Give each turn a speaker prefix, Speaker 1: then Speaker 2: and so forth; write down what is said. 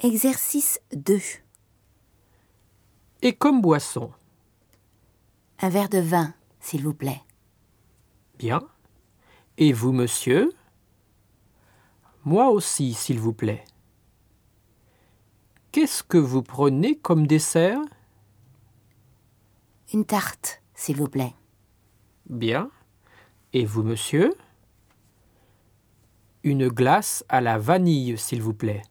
Speaker 1: Exercice 2.
Speaker 2: Et comme boisson
Speaker 1: Un verre de vin, s'il vous plaît.
Speaker 2: Bien. Et vous, monsieur Moi aussi, s'il vous plaît. Qu'est-ce que vous prenez comme dessert
Speaker 1: Une tarte, s'il vous plaît.
Speaker 2: Bien. Et vous, monsieur Une glace à la vanille, s'il vous plaît.